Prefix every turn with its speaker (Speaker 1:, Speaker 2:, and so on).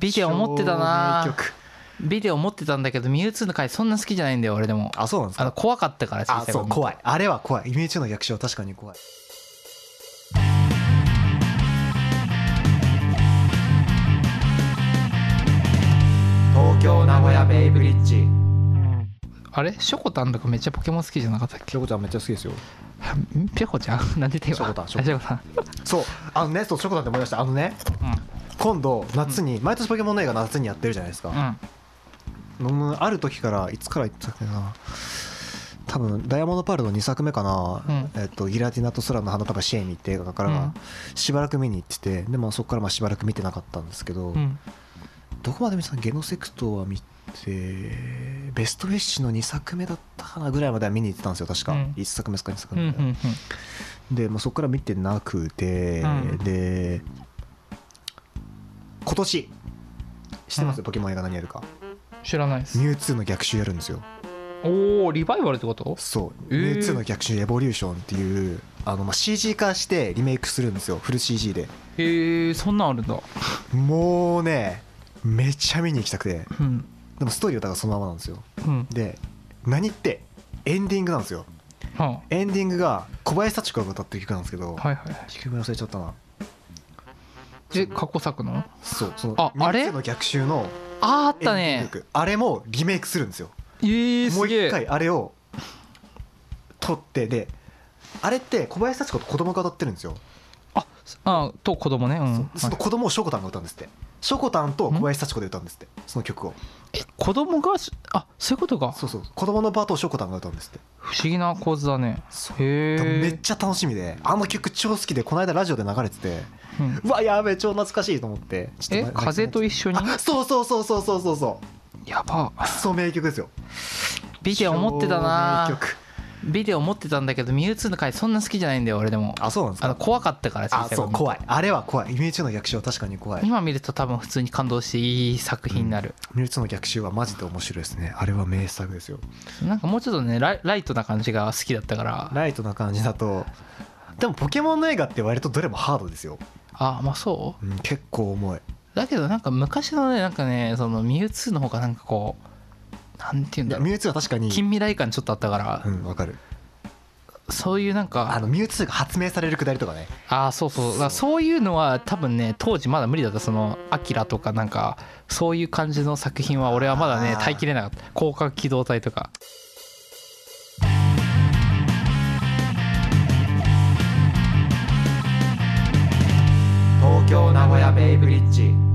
Speaker 1: ビデオ持ってたな
Speaker 2: 照明曲
Speaker 1: ビデオ持ってたんだけどミュウツーの回そんな好きじゃないんだよ俺でも
Speaker 2: あそうなんです
Speaker 1: あの
Speaker 2: か
Speaker 1: 怖かったから
Speaker 2: あそう怖
Speaker 1: い
Speaker 2: いあれは怖いイメージの役所は確かに怖い東京名古屋ベイブリッジ
Speaker 1: あれショコタンとかめっちゃポケモン好きじゃなかったっけ
Speaker 2: 京子ちゃんめっちゃ好きですよ
Speaker 1: んピョコちゃんなんで手は
Speaker 2: ショコタン
Speaker 1: ショコタン
Speaker 2: そうあのねそうしょこたんって思いましたあのね今度夏に毎年ポケモンの映画夏にやってるじゃないです
Speaker 1: うん、う
Speaker 2: か、
Speaker 1: ん、
Speaker 2: うんある時からいつから言ってたっけな多分「ダイヤモンド・パール」の2作目かな、
Speaker 1: うん
Speaker 2: えっと「ギラティナと空の花束シェイミ」って映画か
Speaker 1: うん
Speaker 2: らしばらく見に行っててで、まあ、そこからまあしばらく見てなかったんですけど、
Speaker 1: うん
Speaker 2: どこまで見てたのゲノセクトは見てベストフィッシュの2作目だったかなぐらいまでは見に行ってたんですよ確か、
Speaker 1: うん
Speaker 2: 1作目ですか2作
Speaker 1: うんう
Speaker 2: 目、
Speaker 1: ん
Speaker 2: で、まあ、そこから見てなくて、
Speaker 1: うん
Speaker 2: で今年知ってます、
Speaker 1: うん
Speaker 2: ポケモン映画何やるか
Speaker 1: 知らないです
Speaker 2: ミュウツーの逆襲やるんですよ
Speaker 1: おおリバイバルってこと
Speaker 2: そう、
Speaker 1: えー
Speaker 2: ミュウツーの逆襲エボリューションっていうあの、まあ、CG 化してリメイクするんですよフル CG で
Speaker 1: へえそんなんあるんだ
Speaker 2: もうねめちゃ見に行きたくて
Speaker 1: うん
Speaker 2: でもストーリーはだからそのままなんですよ
Speaker 1: うん
Speaker 2: で何ってエンディングなんですよ
Speaker 1: は
Speaker 2: エンディングが小林幸子が歌ってる曲なんですけど、
Speaker 1: あはいはい
Speaker 2: 曲名忘れちゃったな
Speaker 1: で過去作の
Speaker 2: そうその
Speaker 1: ああれ
Speaker 2: ミュウツーの逆襲の
Speaker 1: あーあっ
Speaker 2: エンデ
Speaker 1: た
Speaker 2: ィング
Speaker 1: ね
Speaker 2: 曲あれもリメイクするんですよ
Speaker 1: えー、
Speaker 2: も
Speaker 1: す
Speaker 2: う
Speaker 1: げ
Speaker 2: 一
Speaker 1: え
Speaker 2: 回あれを撮ってであれって小林幸子と子供が歌ってるんですよ、
Speaker 1: ああと子供ねうんはい
Speaker 2: その子供を翔子たんが歌うんですって翔子たんと小林幸子で歌うんですってその曲を
Speaker 1: え子供がしあそういうことか
Speaker 2: そうそう子供のパートを翔子たんが歌うんですって
Speaker 1: 不思議な構図だね
Speaker 2: そ
Speaker 1: へえ
Speaker 2: めっちゃ楽しみであの曲超好きでこの間ラジオで流れてて
Speaker 1: うん
Speaker 2: うわやべえ超懐かしいと思ってちょっ
Speaker 1: え
Speaker 2: と前
Speaker 1: 風と一緒に
Speaker 2: あそうそうそうそうそうそうそう
Speaker 1: やば
Speaker 2: クソ名曲ですよ
Speaker 1: ビデオ持ってた
Speaker 2: 超名
Speaker 1: な
Speaker 2: 曲
Speaker 1: ビデオ持ってたんだけどミュウツーの回そんな好きじゃないんだよ俺でも
Speaker 2: あそうなんです
Speaker 1: あの
Speaker 2: か
Speaker 1: 怖かったから
Speaker 2: あそう怖
Speaker 1: い
Speaker 2: いあれは怖いイメージの逆襲は確かに怖い
Speaker 1: 今見ると多分普通に感動していい作品になる、
Speaker 2: ミュウツーの逆襲はマジで面白いですねあれは名作ですよ
Speaker 1: なんかもうちょっとねライライトな感じが好きだったから
Speaker 2: ライトな感じだとでもポケモンの映画って割とどれもハードですよ、
Speaker 1: あまあそう
Speaker 2: うん、結構重い
Speaker 1: だけどなんか昔のねなんかねそのミュウツーの方がなんかこうなんていうん
Speaker 2: い
Speaker 1: だ
Speaker 2: や
Speaker 1: ろう
Speaker 2: ミュウツーは確かに
Speaker 1: 近未来感ちょっとあったから、
Speaker 2: うんわかる
Speaker 1: そういうなんか
Speaker 2: あのミュウツーが発明されるくだりとかね
Speaker 1: ああそうそうだからそういうのは多分ね当時まだ無理だったその「アキラとかなんかそういう感じの作品は俺はまだね
Speaker 2: あー
Speaker 1: 耐えきれなかった「広角機動隊」とか
Speaker 2: 東京名古屋ベイブリッジ